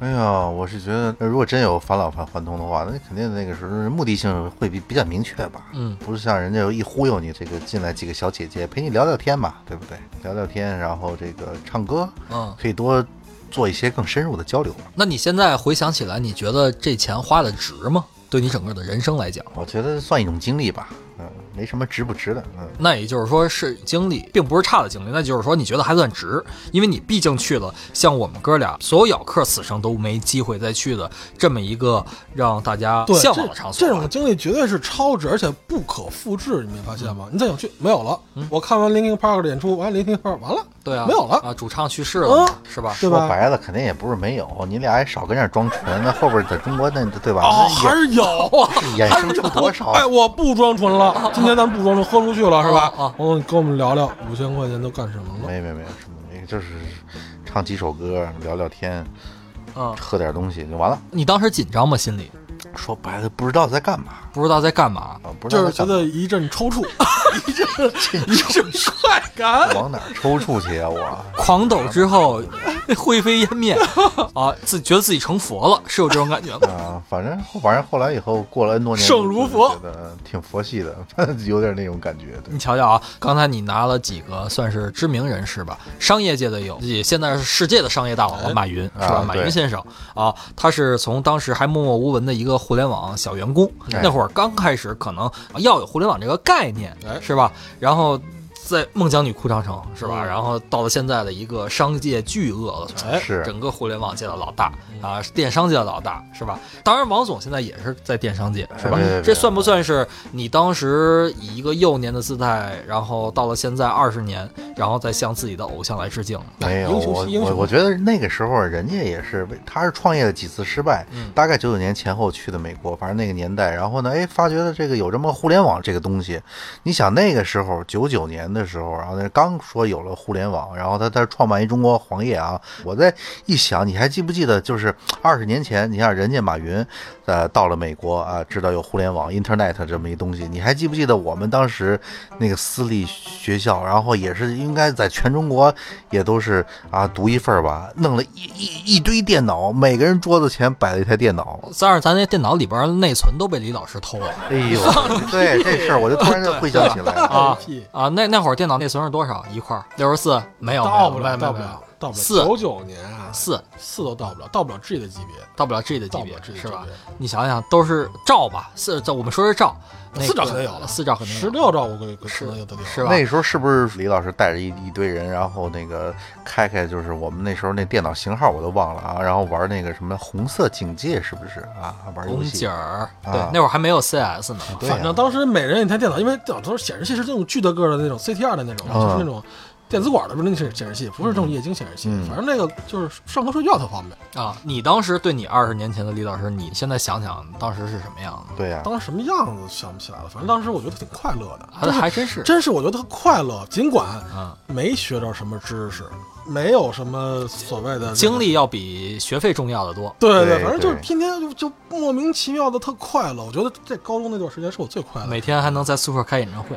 Speaker 3: 哎呀，我是觉得，如果真有返老还还童的话，那肯定那个时候目的性会比比较明确吧。
Speaker 1: 嗯
Speaker 3: 不是像人家有一忽悠你，这个进来几个小姐姐陪你聊聊天嘛，对不对？聊聊天，然后这个唱歌，
Speaker 1: 嗯，
Speaker 3: 可以多做一些更深入的交流。
Speaker 1: 那你现在回想起来，你觉得这钱花的值吗？对你整个的人生来讲，
Speaker 3: 我觉得算一种经历吧，嗯，没什么值不值的，嗯。
Speaker 1: 那也就是说是经历，并不是差的经历，那就是说你觉得还算值，因为你毕竟去了像我们哥俩所有咬客此生都没机会再去的这么一个让大家
Speaker 2: 对，这
Speaker 1: 向往的场所
Speaker 2: 这
Speaker 1: 啊。
Speaker 2: 种经历绝对是超值，而且不可复制，你没发现吗？你再想去没有了。我看完 Linkin Park 的演出，完 Linkin Park 完了，
Speaker 1: 嗯对啊，
Speaker 2: 没有了，
Speaker 1: 啊，主唱去世了嘛，
Speaker 2: 嗯
Speaker 1: 是吧？
Speaker 2: 对
Speaker 3: 说
Speaker 2: 吧？
Speaker 3: 白了，肯定也不是没有，你俩还少跟那儿装纯，那后边在中国那对吧？
Speaker 2: 哦，
Speaker 3: 那
Speaker 2: 还是有啊。
Speaker 3: 衍衍生出多少？
Speaker 2: 哎，我不装纯了，今天咱不装纯，豁出去了是吧
Speaker 1: 啊啊？
Speaker 2: 嗯，跟我们聊聊五千块钱都干什么了？
Speaker 3: 没没没什么没，就是唱几首歌，聊聊天，
Speaker 1: 嗯，
Speaker 3: 喝点东西就完了。
Speaker 1: 你当时紧张吗？心里
Speaker 3: 说白了，不知道在干嘛
Speaker 1: 不知道在干 嘛？
Speaker 3: 啊，不知
Speaker 2: 就
Speaker 3: 道
Speaker 2: 是
Speaker 3: 在
Speaker 2: 觉
Speaker 3: 干嘛
Speaker 2: 得一阵抽搐，一阵一阵快感。
Speaker 3: 往哪儿抽搐去啊！我
Speaker 1: 狂抖之后灰飞烟灭啊，自觉得自己成佛了，是有这种感觉吗？
Speaker 3: 啊，反正后反正后来以后过了 N 多年，
Speaker 2: 圣如佛
Speaker 3: 觉得挺佛系的， 有点那种感觉。对
Speaker 1: 你瞧瞧啊，刚才你拿了几个算是知名人士吧，商业界的有，也现在是世界的商业大佬了马云是吧？
Speaker 3: 啊
Speaker 1: 马
Speaker 3: 对
Speaker 1: 云先生啊，他是从当时还默默无闻的一个互联网小员工，
Speaker 3: 哎
Speaker 1: 那会儿刚开始可能要有互联网这个概念
Speaker 2: 哎
Speaker 1: 是吧？然后。在孟姜女哭长城是吧？
Speaker 2: 嗯
Speaker 1: 然后到了现在的一个商界巨鳄了，算
Speaker 2: 哎
Speaker 3: 是嗯
Speaker 1: 整个互联网界的老大啊，电商界的老大是吧？当然，王总现在也是在电商界是吧
Speaker 3: 哎别别？
Speaker 1: 这
Speaker 3: 别
Speaker 1: 算不算是你当时以一个幼年的姿态，然后到了现在二十年，然后再向自己的偶像来致敬？
Speaker 3: 没有，
Speaker 2: 英雄
Speaker 3: 我
Speaker 2: 惜英
Speaker 3: 我
Speaker 2: 雄
Speaker 3: 我觉得那个时候人家也是为，他是创业了几次失败，
Speaker 2: 嗯
Speaker 3: 大概九九年前后去的美国，反正那个年代，然后呢，哎，发觉了这个有这么互联网这个东西，你想那个时候九九年的时候，然后那刚说有了互联网，然后他他创办一中国黄页啊，我在一想，你还记不记得就是二十年前，你像人家马云，呃，到了美国啊，知道有互联网 Internet 这么一东西，你还记不记得我们当时那个私立学校，然后也是应该在全中国也都是啊独一份儿吧，弄了一一一堆电脑，每个人桌子前摆了一台电脑。
Speaker 1: 但是咱那电脑里边内存都被李老师偷了
Speaker 3: 哎呦，对这事儿我就突然就回 想起来了。
Speaker 1: 啊
Speaker 2: 放屁
Speaker 1: 啊！那那会儿电脑内存是多少？一块六十四？没有，
Speaker 2: 到不
Speaker 1: 没有
Speaker 2: 了，
Speaker 1: 没有
Speaker 2: 到
Speaker 1: 没
Speaker 2: 不
Speaker 1: 有
Speaker 2: 了。到不了
Speaker 1: 四
Speaker 2: 九九年啊，
Speaker 1: 四
Speaker 2: 四都到不了，到不了 G 的级别，
Speaker 1: 到不了 G 的级
Speaker 2: 到不
Speaker 1: 别
Speaker 2: 了 G 的
Speaker 1: 是吧
Speaker 2: 级？
Speaker 1: 你想想，都是兆吧，四兆，我们说是兆，那个
Speaker 2: 四兆肯定有了，
Speaker 1: 四兆肯定有
Speaker 2: 十六兆我估计可能有的有，
Speaker 1: 是吧？
Speaker 3: 那时候是不是李老师带着一一堆人，然后那个开开就是我们那时候那电脑型号我都忘了啊，然后玩那个什么红色警戒是不是啊？玩游
Speaker 1: 红
Speaker 3: 戏
Speaker 1: 警儿，对
Speaker 3: 啊，
Speaker 1: 那会儿还没有 CS 呢。
Speaker 3: 对啊
Speaker 2: 反正当时每人一台电脑，因为电脑都是显示器是那种巨大个儿的那种 CT2 的那种，
Speaker 3: 嗯
Speaker 2: 就是那种电子管的不是那显显示器，不是这种液晶显示器，
Speaker 3: 嗯
Speaker 2: 反正那个就是上课睡觉特方便。
Speaker 1: 啊，你当时对你二十年前的李老师，你现在想想当时是什么样子？
Speaker 3: 对啊呀、
Speaker 2: 当时什么样子想不起来了，反正当时我觉得挺快乐的，
Speaker 1: 还还真是，
Speaker 2: 真是我觉得特快乐，尽管
Speaker 1: 嗯，
Speaker 2: 没学着什么知识，没有什么所谓的
Speaker 1: 经。历要比学费重要的多。
Speaker 2: 对对，
Speaker 3: 对
Speaker 2: 反正就是
Speaker 3: 对
Speaker 2: 天天就就莫名其妙的特快乐，我觉得这高中那段时间是我最快乐的。
Speaker 1: 每天还能在宿舍开演唱会，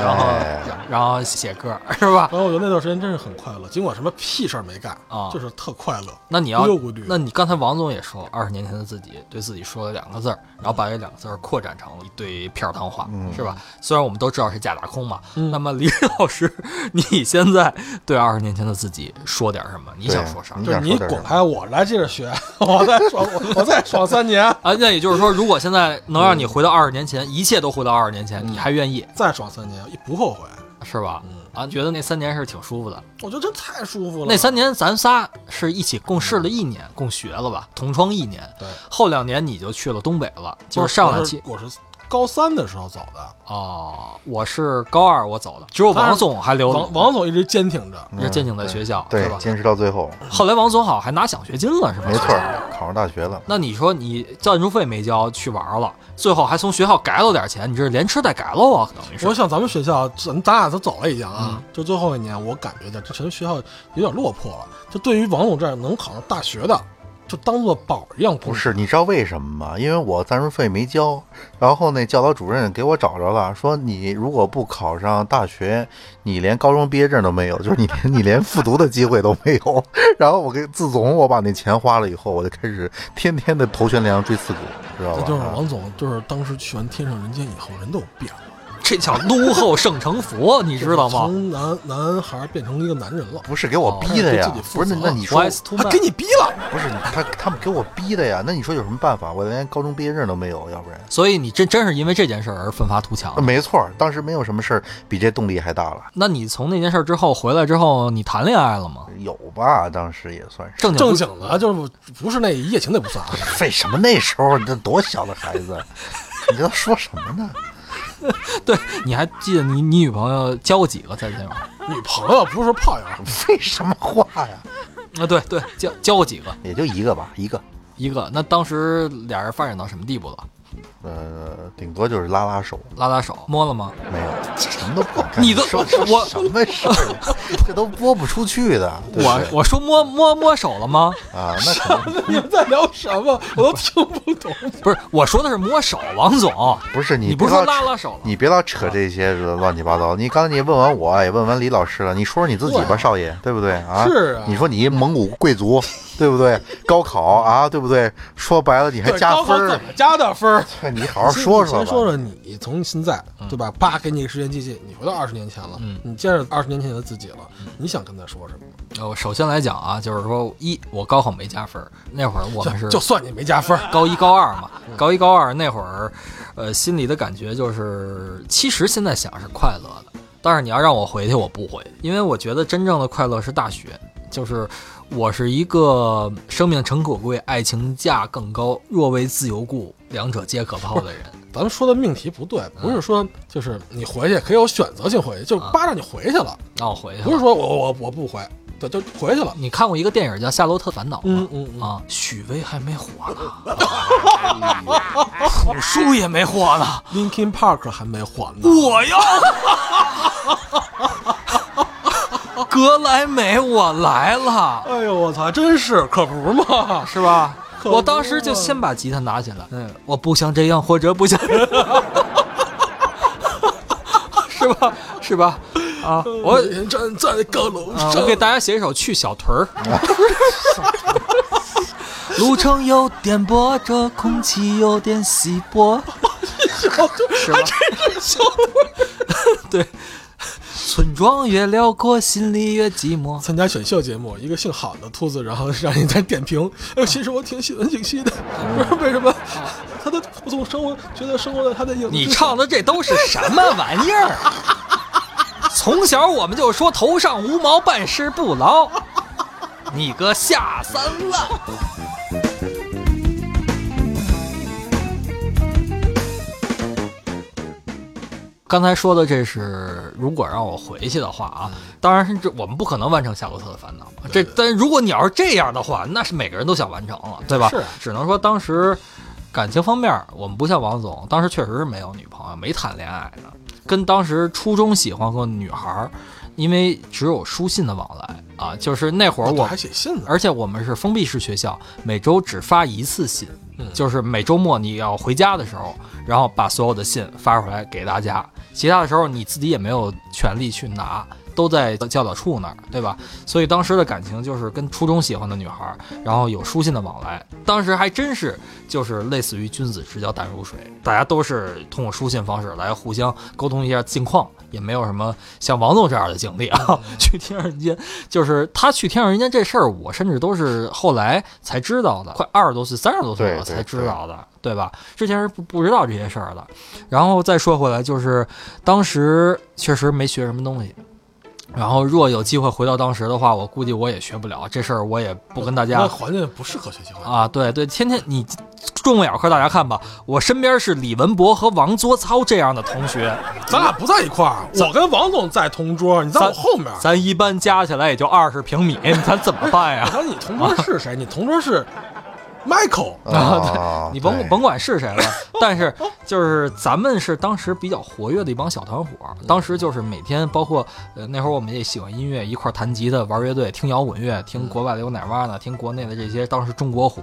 Speaker 1: 然后
Speaker 3: 哎
Speaker 1: 然后写歌是吧？
Speaker 2: 然后我觉得那段时间真是很快乐，尽管什么屁事儿没干
Speaker 1: 啊
Speaker 2: 就是特快乐。
Speaker 1: 那你要
Speaker 2: 无忧无虑，
Speaker 1: 那你刚才王总也说，二十年前的自己对自己说了两个字儿，然后把这两个字儿扩展成了一堆片儿汤话，
Speaker 3: 嗯
Speaker 1: 是吧？虽然我们都知道是假大空嘛，
Speaker 2: 嗯
Speaker 1: 那么李 老师，你现在对二十年前的自己说点什么？你想说啥
Speaker 3: 对？
Speaker 2: 就是
Speaker 3: 想
Speaker 2: 你
Speaker 3: 说点
Speaker 2: 滚
Speaker 3: 什么
Speaker 2: 开，我来接着学， 我再爽，我我再爽三年，
Speaker 1: 啊，那也就是说，如果现在能让你回到二十年前，一切都回到二十年前，你还愿意
Speaker 2: 再爽三年，不后悔。
Speaker 1: 是吧？啊，觉得那三年是挺舒服的。
Speaker 2: 我觉得真太舒服了。
Speaker 1: 那三年咱仨是一起共事了一年，共学了吧，同窗一年。
Speaker 2: 对，
Speaker 1: 后两年你就去了东北了，就
Speaker 2: 不
Speaker 1: 是上
Speaker 2: 我
Speaker 1: 两
Speaker 2: 是
Speaker 1: 期
Speaker 2: 我是高三的时候走的，
Speaker 1: 哦，我是高二我走的，只有嗯王总还留
Speaker 2: 王王总一直坚挺着，
Speaker 1: 是正经在学校，
Speaker 3: 对
Speaker 1: 是，吧？
Speaker 3: 坚持到最后，
Speaker 1: 后来王总好像还拿奖学金了，是吧？
Speaker 3: 没错儿，考上大学了。
Speaker 1: 那你说你赞助费没交去玩了，最后还从学校改了点钱，你这是连吃带改喽啊，等于是
Speaker 2: 我想咱们学校，咱咱俩都走了已经啊，
Speaker 1: 嗯
Speaker 2: 就最后一年，我感觉到这全学校有点落魄了。就对于王总这样能考上大学的，就当做宝一样
Speaker 3: 不
Speaker 2: 不
Speaker 3: 是，你知道为什么吗？因为我赞助费没交，然后那教导主任给我找着了，说你如果不考上大学，你连高中毕业证都没有，就是你 连你连复读的机会都没有。然后我给自从我把那钱花了以后，我就开始天天的头悬梁锥刺股，知道
Speaker 2: 这
Speaker 3: 吧？
Speaker 2: 就是
Speaker 1: 啊
Speaker 2: 王总，就是当时去完《天上人间》以后，人都有变了，
Speaker 1: 这叫怒后圣成佛，你知道吗？
Speaker 2: 从男男孩变成了一个男人了，
Speaker 3: 不是给我逼的
Speaker 2: 哦
Speaker 3: 呀
Speaker 2: 自己，负
Speaker 3: 不是
Speaker 2: 责
Speaker 3: 那那你说
Speaker 1: Twice too
Speaker 2: 他
Speaker 1: much
Speaker 2: 给你逼了，
Speaker 3: 不是你他他们给我逼的呀？那你说有什么办法？我连高中毕业证都没有，要不然。
Speaker 1: 所以你真真是因为这件事儿而奋发图强。
Speaker 3: 没错儿，当时没有什么事儿比这动力还大了，
Speaker 1: 那你从那件事儿之后回来之后，你谈恋爱了吗？
Speaker 3: 有吧？当时也算是。
Speaker 1: 正经
Speaker 2: 正经的，就是不是那一夜情那不算啊。
Speaker 3: 费什么那时候？你这多小的孩子， 你这说什么呢？
Speaker 1: 对，你还记得你你女朋友交过几个在这会儿？
Speaker 2: 女朋友不是说炮友，
Speaker 3: 废什么话呀？
Speaker 1: 啊，对对，交交过几个？
Speaker 3: 也就一个吧，一个，
Speaker 1: 一个。那当时俩人发展到什么地步了？
Speaker 3: 呃，顶多就是拉拉手，
Speaker 1: 拉拉手，摸了吗？
Speaker 3: 没有，什么都不好干。
Speaker 1: 你都
Speaker 3: 说这
Speaker 1: 我
Speaker 3: 什么事儿？ 这都播不出去的。对不
Speaker 1: 我
Speaker 3: 对
Speaker 1: 我说摸摸摸手了吗？
Speaker 3: 啊，那可能
Speaker 2: 你们在聊什么？我都听不懂。
Speaker 1: 不是，我说的是摸手，王总。
Speaker 3: 不是
Speaker 1: 你
Speaker 3: 你
Speaker 1: 不
Speaker 3: 别
Speaker 1: 是说
Speaker 3: 老
Speaker 1: 拉
Speaker 3: 扯
Speaker 1: 拉手了？
Speaker 3: 你别老扯这些乱七八糟。你刚才你问完我，也问完李老师了，你说说你自己吧，少爷，对不对啊？
Speaker 2: 是啊
Speaker 3: 你说你一蒙古贵族， 对不对？高考啊，对不对？说白了你还
Speaker 2: 对
Speaker 3: 加
Speaker 2: 高考
Speaker 3: 分儿
Speaker 2: 怎，么加的分儿？
Speaker 3: 对 你好好说
Speaker 2: 先
Speaker 3: 说吧。
Speaker 2: 说说你从现在对吧？叭，给你一个时间机器，你回到二十年前了，你见着二十年前的自己了，你想跟他说什么？
Speaker 1: 呃，首先来讲啊，就是说一，我高考没加分儿，那会儿我们是
Speaker 2: 就就算你没加分儿，
Speaker 1: 高一高 二嘛，高一高二那会儿，呃，心里的感觉就是，其实现在想是快乐的，但是你要让我回去，我不回，因为我觉得真正的快乐是大学，就是我是一个生命诚可贵，爱情价更高，若为自由故，两者皆可抛的人。
Speaker 2: 咱们说的命题不对，不是说就是你回去可以有选择性回去，就叭让你回去了，
Speaker 1: 让我回去吧，
Speaker 2: 不是说我我我我不回，对，就回去了。
Speaker 1: 你看过一个电影叫《夏洛特烦恼》吗
Speaker 2: 嗯？嗯嗯
Speaker 1: 啊，许巍还没火 呢，
Speaker 2: 哎
Speaker 1: 朴树也没火呢，
Speaker 2: ，Linkin Park 还没还呢，
Speaker 1: 我要， 格莱美我来了，
Speaker 2: 哎呦我操，真是可不嘛，
Speaker 1: 是吧？
Speaker 2: 可不
Speaker 1: 我当时就先把吉他拿起来，嗯，我不想这样，或者 不想，是吧？是吧？啊，我
Speaker 2: 站在高楼
Speaker 1: 啊，
Speaker 2: 上
Speaker 1: 我给，大家写一首《去小屯儿》。 路程有点波折，空气有点稀 薄，是吧？对，村庄越辽阔，心里越寂寞。
Speaker 2: 参加选秀节目，一个姓郝的秃子，然后让你在点评。哎，其实我挺喜欢景熙的，不知道为什么，他的我总生活觉得生活在他的影子之
Speaker 1: 你
Speaker 2: 上
Speaker 1: 唱的这都是什么玩意儿？从小我们就说头上无毛，办事不牢。你个下三滥！刚才说的这是，如果让我回去的话啊，当然是这我们不可能完成《夏洛特的烦恼》这，但如果你要是这样的话，那是每个人都想完成了，对吧？
Speaker 2: 是啊
Speaker 1: 只能说当时感情方面，我们不像王总，当时确实是没有女朋友，没谈恋爱呢，跟当时初中喜欢过女孩儿，因为只有书信的往来啊，就是那会儿我
Speaker 2: 我还写信呢。
Speaker 1: 而且我们是封闭式学校，每周只发一次信，就是每周末你要回家的时候，然后把所有的信发出来给大家，其他的时候你自己也没有权利去拿。都在教导处那儿，对吧？所以当时的感情就是跟初中喜欢的女孩儿，然后有书信的往来。当时还真是就是类似于君子之交淡如水，大家都是通过书信方式来互相沟通一下近况，也没有什么像王总这样的经历 啊。去天上人间，就是他去天上人间这事儿，我甚至都是后来才知道的，快二十多岁、三十多岁了
Speaker 3: 对对
Speaker 1: 才知道的，对吧？之前是不不知道这些事儿的。然后再说回来，就是当时确实没学什么东西。然后，若有机会回到当时的话，我估计我也学不了这事儿，我也不跟大家
Speaker 2: 那环境不适合学习环境，
Speaker 1: 啊，对对，天天你众目睽睽，大家看吧，我身边是李文博和王作操这样的同学，
Speaker 2: 咱俩不在一块儿，我跟王总在同桌，你在我后面。
Speaker 1: 咱一般加起来也就二十平米，咱怎么办
Speaker 2: 我
Speaker 1: 呀？
Speaker 2: 说你同桌是谁？你同桌是 Michael，
Speaker 3: 啊，
Speaker 1: 你甭
Speaker 3: 对
Speaker 1: 甭管是谁了，但是就是咱们是当时比较活跃的一帮小团伙儿，当时就是每天包括呃那会儿我们也喜欢音乐，一块儿弹吉他、玩乐队、听摇滚乐、听国外的有奶妈呢，听国内的这些当时中国火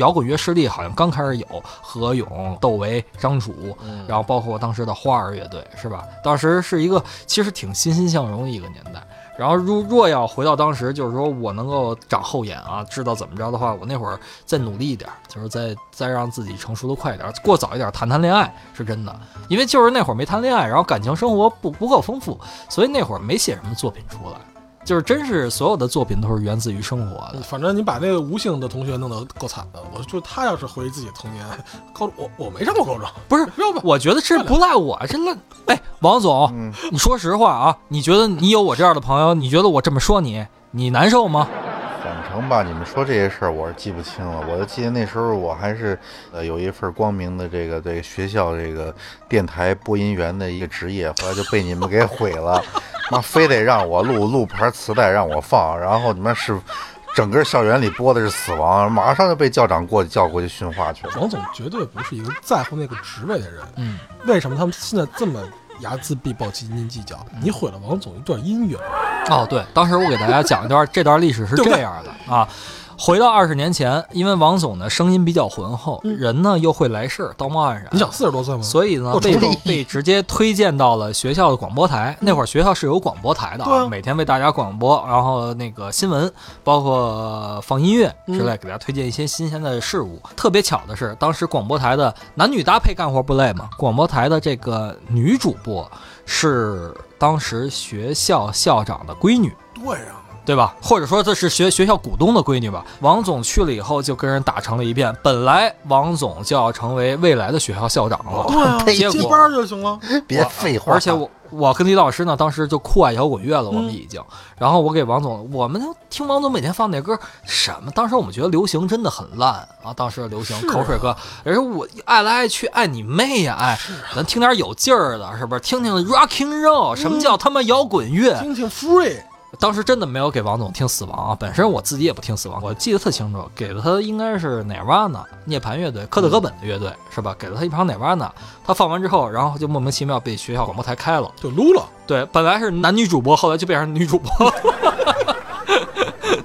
Speaker 1: 摇滚乐势力好像刚开始有何勇、窦唯、张楚，然后包括当时的花儿乐队是吧？当时是一个其实挺欣欣向荣的一个年代。然后如若要回到当时，就是说我能够长后眼啊，知道怎么着的话，我那会儿再努力一点，就是再再让自己成熟的快一点，过早一点谈谈恋爱是真的，因为就是那会儿没谈恋爱，然后感情生活不不够丰富，所以那会儿没写什么作品出来，就是真是所有的作品都是源自于生活的。
Speaker 2: 反正你把那个吴姓的同学弄得够惨的。我就他要是回忆自己童年，高我我没上过高中，
Speaker 1: 不是，
Speaker 2: 要不
Speaker 1: 我觉得这不赖我，这赖哎，王总，你说实话啊，你觉得你有我这样的朋友，你觉得我这么说你，你难受吗？
Speaker 3: 反正吧，你们说这些事儿我是记不清了。我就记得那时候我还是呃有一份光明的这个这个学校这个电台播音员的一个职业，后来就被你们给毁了。妈非得让我录录盘磁带让我放，然后你们是整个校园里播的是死亡，马上就被校长过去叫过去训话去了。
Speaker 2: 王总绝对不是一个在乎那个职位的人。
Speaker 1: 嗯，
Speaker 2: 为什么他们现在这么睚眦必报、斤斤计较？你毁了王总一段姻缘。
Speaker 1: 哦，对，当时我给大家讲一段，这段历史是这样的啊。回到二十年前，因为王总呢声音比较浑厚，人呢又会来事儿，道貌岸然。
Speaker 2: 你想四十多岁吗？
Speaker 1: 所以呢
Speaker 2: 我，
Speaker 1: 被
Speaker 2: 承受
Speaker 1: 被直接推荐到了学校的广播台。那会儿学校是有广播台的
Speaker 2: 对
Speaker 1: 啊，
Speaker 2: 啊
Speaker 1: 每天为大家广播，然后那个新闻，包括呃放音乐之类，给大家推荐一些新鲜的事物。特别巧的是，当时广播台的男女搭配干活不累嘛，广播台的这个女主播是当时学校校长的闺女。
Speaker 2: 对啊呀、
Speaker 1: 对吧？或者说这是学学校股东的闺女吧？王总去了以后就跟人打成了一片。本来王总就要成为未来的学校校长了，
Speaker 2: 对
Speaker 3: 啊
Speaker 2: 呀、
Speaker 1: 结果
Speaker 2: 接班就行了。
Speaker 3: 别废话，啊
Speaker 1: 而且我我跟李老师呢，当时就酷爱摇滚乐
Speaker 2: 嗯
Speaker 1: 了，我们已经。然后我给王总，我们就听王总每天放那歌，什么？当时我们觉得流行真的很烂啊，当时的流行、
Speaker 2: 是啊
Speaker 1: 口水歌。而且我爱来爱去，爱你妹呀、爱，
Speaker 2: 啊
Speaker 1: 咱听点有劲儿的，是不是？听听 rocking
Speaker 2: 嗯
Speaker 1: roll，什么叫他妈摇滚乐？
Speaker 2: 听听 Free，
Speaker 1: 当时真的没有给王总听死亡啊，本身我自己也不听死亡，我记得特清楚，给了他应该是 Nirvana 涅槃乐队，科
Speaker 2: 嗯
Speaker 1: 特·戈本的乐队是吧？给了他一盘 Nirvana，他放完之后，然后就莫名其妙被学校广播台开了。
Speaker 2: 就撸了。
Speaker 1: 对，本来是男女主播，后来就变成女主播。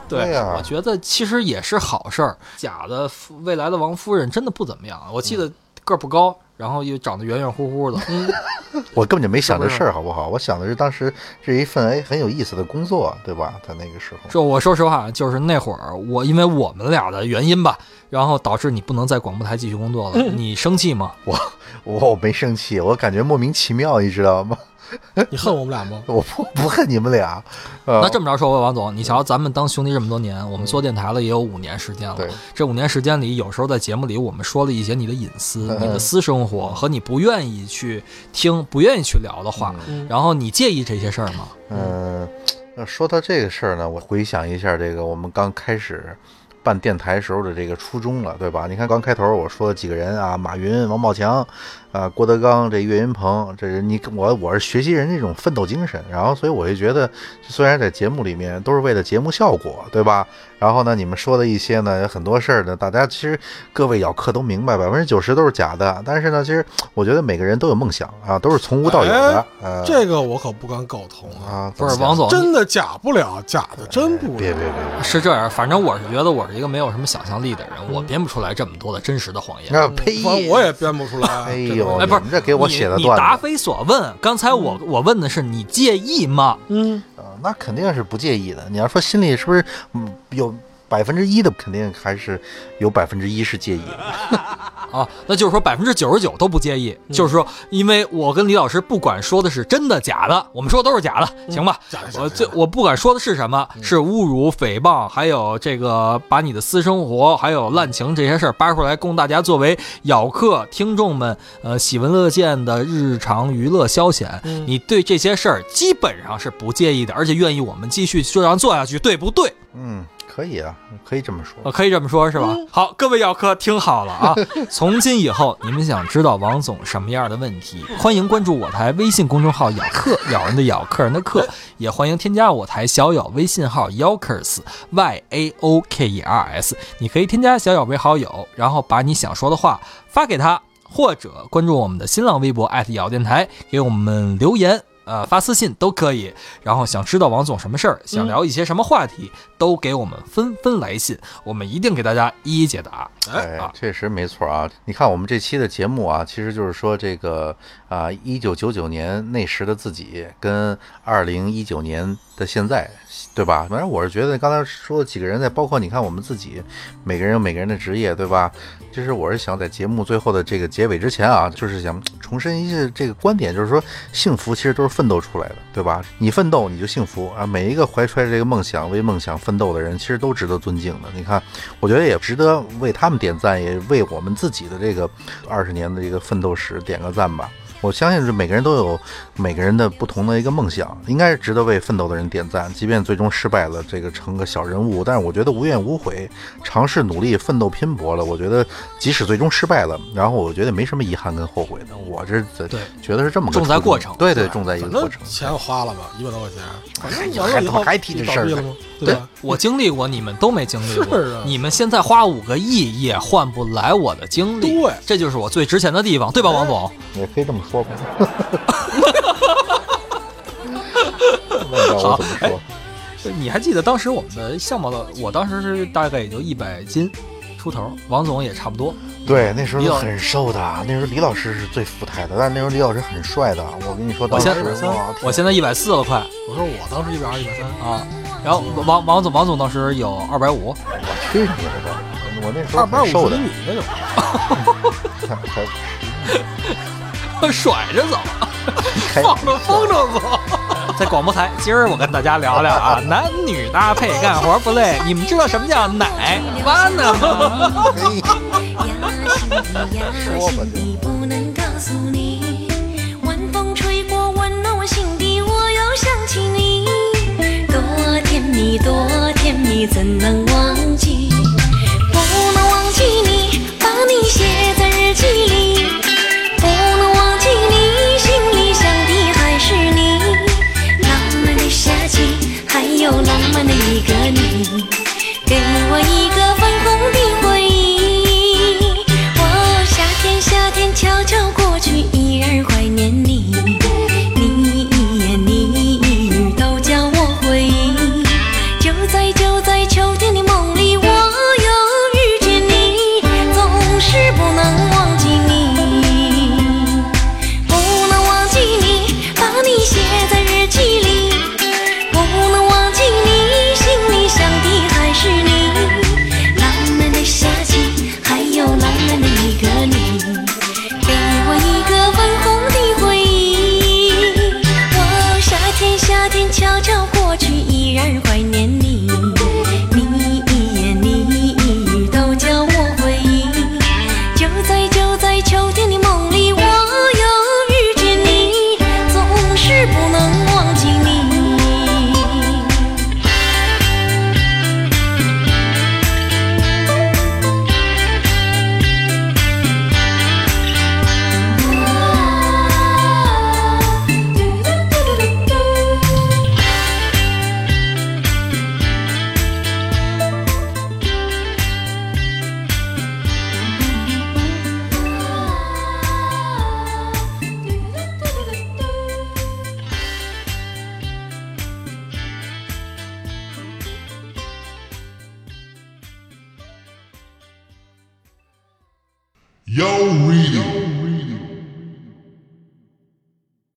Speaker 1: 对
Speaker 3: 对呀
Speaker 1: 我觉得其实也是好事儿。假的夫未来的王夫人真的不怎么样，啊我记
Speaker 3: 嗯
Speaker 1: 得个儿不高，然后又长得圆圆乎乎的。
Speaker 3: 我根本就没想这
Speaker 1: 是
Speaker 3: 事儿，好不好？我想的是当时这一份哎很有意思的工作，对吧？在那个时候，
Speaker 1: 这我说实话，啊就是那会儿我因为我们俩的原因吧，然后导致你不能在广播台继续工作了。你生气吗？
Speaker 3: 我我没生气，我感觉莫名其妙，你知道吗？
Speaker 2: 你恨我们俩吗？
Speaker 3: 我不不恨你们俩，呃
Speaker 1: 那这么着说吧，王总，你瞧，咱们当兄弟这么多年，我们做电台了也有五年时间了
Speaker 3: 对。
Speaker 1: 这五年时间里，有时候在节目里，我们说了一些你的隐私、
Speaker 3: 嗯
Speaker 1: 你的私生活和你不愿意去听、不愿意去聊的话，然后你介意这些事儿吗？
Speaker 3: 嗯，那说到这个事儿呢，我回想一下这个我们刚开始办电台时候的这个初衷了，对吧？你看刚开头我说了几个人啊，马云、王宝强，啊，郭德纲、这岳云鹏，这人你我我是学习人这种奋斗精神，然后所以我就觉得，虽然在节目里面都是为了节目效果，对吧？然后呢，你们说的一些呢，很多事儿呢，大家其实各位咬客都明白，百分之九十都是假的，但是呢，其实我觉得每个人都有梦想啊，都是从无到有的，呃，
Speaker 2: 哎这个我可不敢苟同啊！
Speaker 3: 啊，
Speaker 1: 不是，王总，
Speaker 2: 真的假不了，假的真不了。啊
Speaker 3: 别别别别。
Speaker 1: 是这样，反正我是觉得我是一个没有什么想象力的人，我编不出来这么多的真实的谎言。
Speaker 3: 嗯那呸！
Speaker 2: 我我也编不出来。啊
Speaker 3: 哎
Speaker 2: 真的
Speaker 3: 呦，
Speaker 1: 哎，不是，
Speaker 3: 你这给我写的
Speaker 1: 你
Speaker 3: 段
Speaker 1: 你
Speaker 3: 子嗯
Speaker 1: 答非所问。刚才我我问的是你介意吗？
Speaker 2: 嗯，
Speaker 3: 啊那肯定是不介意的。你要说心里是不是嗯有百分之一的，肯定还是有百分之一是介意的。
Speaker 1: 啊，那就是说百分之九十九都不介意，就是说，因为我跟李老师不管说的是真的假的，我们说的都是假的，行吧？
Speaker 2: 假的嗯假的
Speaker 1: 我最我不管说的是什么，是侮辱、诽谤，还有这个把你的私生活，还有滥情这些事儿扒出来，供大家作为咬客听众们呃喜闻乐见的日常娱乐消遣。你对这些事儿基本上是不介意的，而且愿意我们继续这样做下去，对不对？
Speaker 3: 嗯，可以啊，可以这么说。
Speaker 1: 我呃可以这么说，是吧？好，各位药客听好了啊！ 从今以后，你们想知道王总什么样的问题，欢迎关注我台微信公众号“咬客”，咬人的咬，客人的客，也欢迎添加我台小咬微信号 “yokers y a o k e r s”，你可以添加小咬为好友，然后把你想说的话发给他，或者关注我们的新浪微博艾特咬电台，给我们留言。呃，发私信都可以，然后想知道王总什么事儿，想聊一些什么话题，都给我们纷纷来信，我们一定给大家一一解答。
Speaker 3: 哎
Speaker 1: 啊，
Speaker 3: 确实没错啊！你看我们这期的节目啊，其实就是说这个啊，一九九九年那时的自己跟二零一九年的现在，对吧？反正我是觉得刚才说的几个人，再包括你看我们自己，每个人有每个人的职业，对吧？其实我是想在节目最后的这个结尾之前啊，就是想重申一下这个观点，就是说幸福其实都是奋斗出来的，对吧？你奋斗你就幸福啊！每一个怀揣着这个梦想为梦想奋斗的人，其实都值得尊敬的。你看，我觉得也值得为他们点赞，也为我们自己的这个二十年的这个奋斗史点个赞吧。我相信是每个人都有每个人的不同的一个梦想，应该是值得为奋斗的人点赞。即便最终失败了，这个成个小人物，但是我觉得无怨无悔，尝试努力奋斗拼搏了。我觉得即使最终失败了，然后我觉得没什么遗憾跟后悔的。我这
Speaker 1: 对
Speaker 3: 觉得是这么个
Speaker 1: 重在
Speaker 3: 初衷
Speaker 1: 过程
Speaker 3: 对对，
Speaker 1: 对
Speaker 3: 重在一个
Speaker 2: 反
Speaker 3: 过
Speaker 2: 正
Speaker 3: 程。
Speaker 2: 钱我花了吧，一万多块钱。反正
Speaker 3: 还
Speaker 2: 完了以后
Speaker 3: 哎还提这
Speaker 2: 你倒
Speaker 3: 事儿呢
Speaker 2: 闭了吗？对吧？
Speaker 1: 我经历过，你们都没经历过。
Speaker 2: 是啊
Speaker 1: 你们现在花五个亿也换不来我的经历。
Speaker 2: 对
Speaker 1: 这就是我最值钱的地方，对吧，王总？
Speaker 3: 也可以这么说 吧。问到我怎么说？
Speaker 1: 哎你还记得当时我们的相貌的？我当时是大概也就一百斤出头，王总也差不多。
Speaker 3: 对，那时候
Speaker 1: 李
Speaker 3: 都
Speaker 1: 老
Speaker 3: 很瘦的，那时候李老师是最富态的，但那时候李老师很帅的。我跟你说，
Speaker 1: 我
Speaker 3: 当时
Speaker 1: 现
Speaker 3: 哇
Speaker 1: 我现在一百四了，快
Speaker 2: 我说我当时一百二、一百三，
Speaker 1: 啊！然后王王总王总当时有二百五，
Speaker 3: 去你的吧！我那时候
Speaker 2: 二百
Speaker 3: 很瘦
Speaker 2: 五
Speaker 3: 的
Speaker 2: 十厘，米那种。
Speaker 3: 还
Speaker 1: 甩着走。
Speaker 3: 还
Speaker 1: 放着风筝走。在广播台，今儿我跟大家聊聊啊，男女搭配干活不累。你们知道什么叫 奶妈呢吗？
Speaker 4: 呀，心底呀，心底不能告诉你。晚风吹过，温暖我心底，我又想起你。多甜蜜，多甜蜜，怎能忘记？不能忘记你，把你写在日记里。不能忘记你，心里想的还是你。浪漫的夏季，还有浪漫的一个你，给我一个泛红的回忆。哦，夏天，夏天悄悄过去，依然怀念你。你一言，你一语，都叫我回忆。就在就在秋天的某
Speaker 6: Yo reading.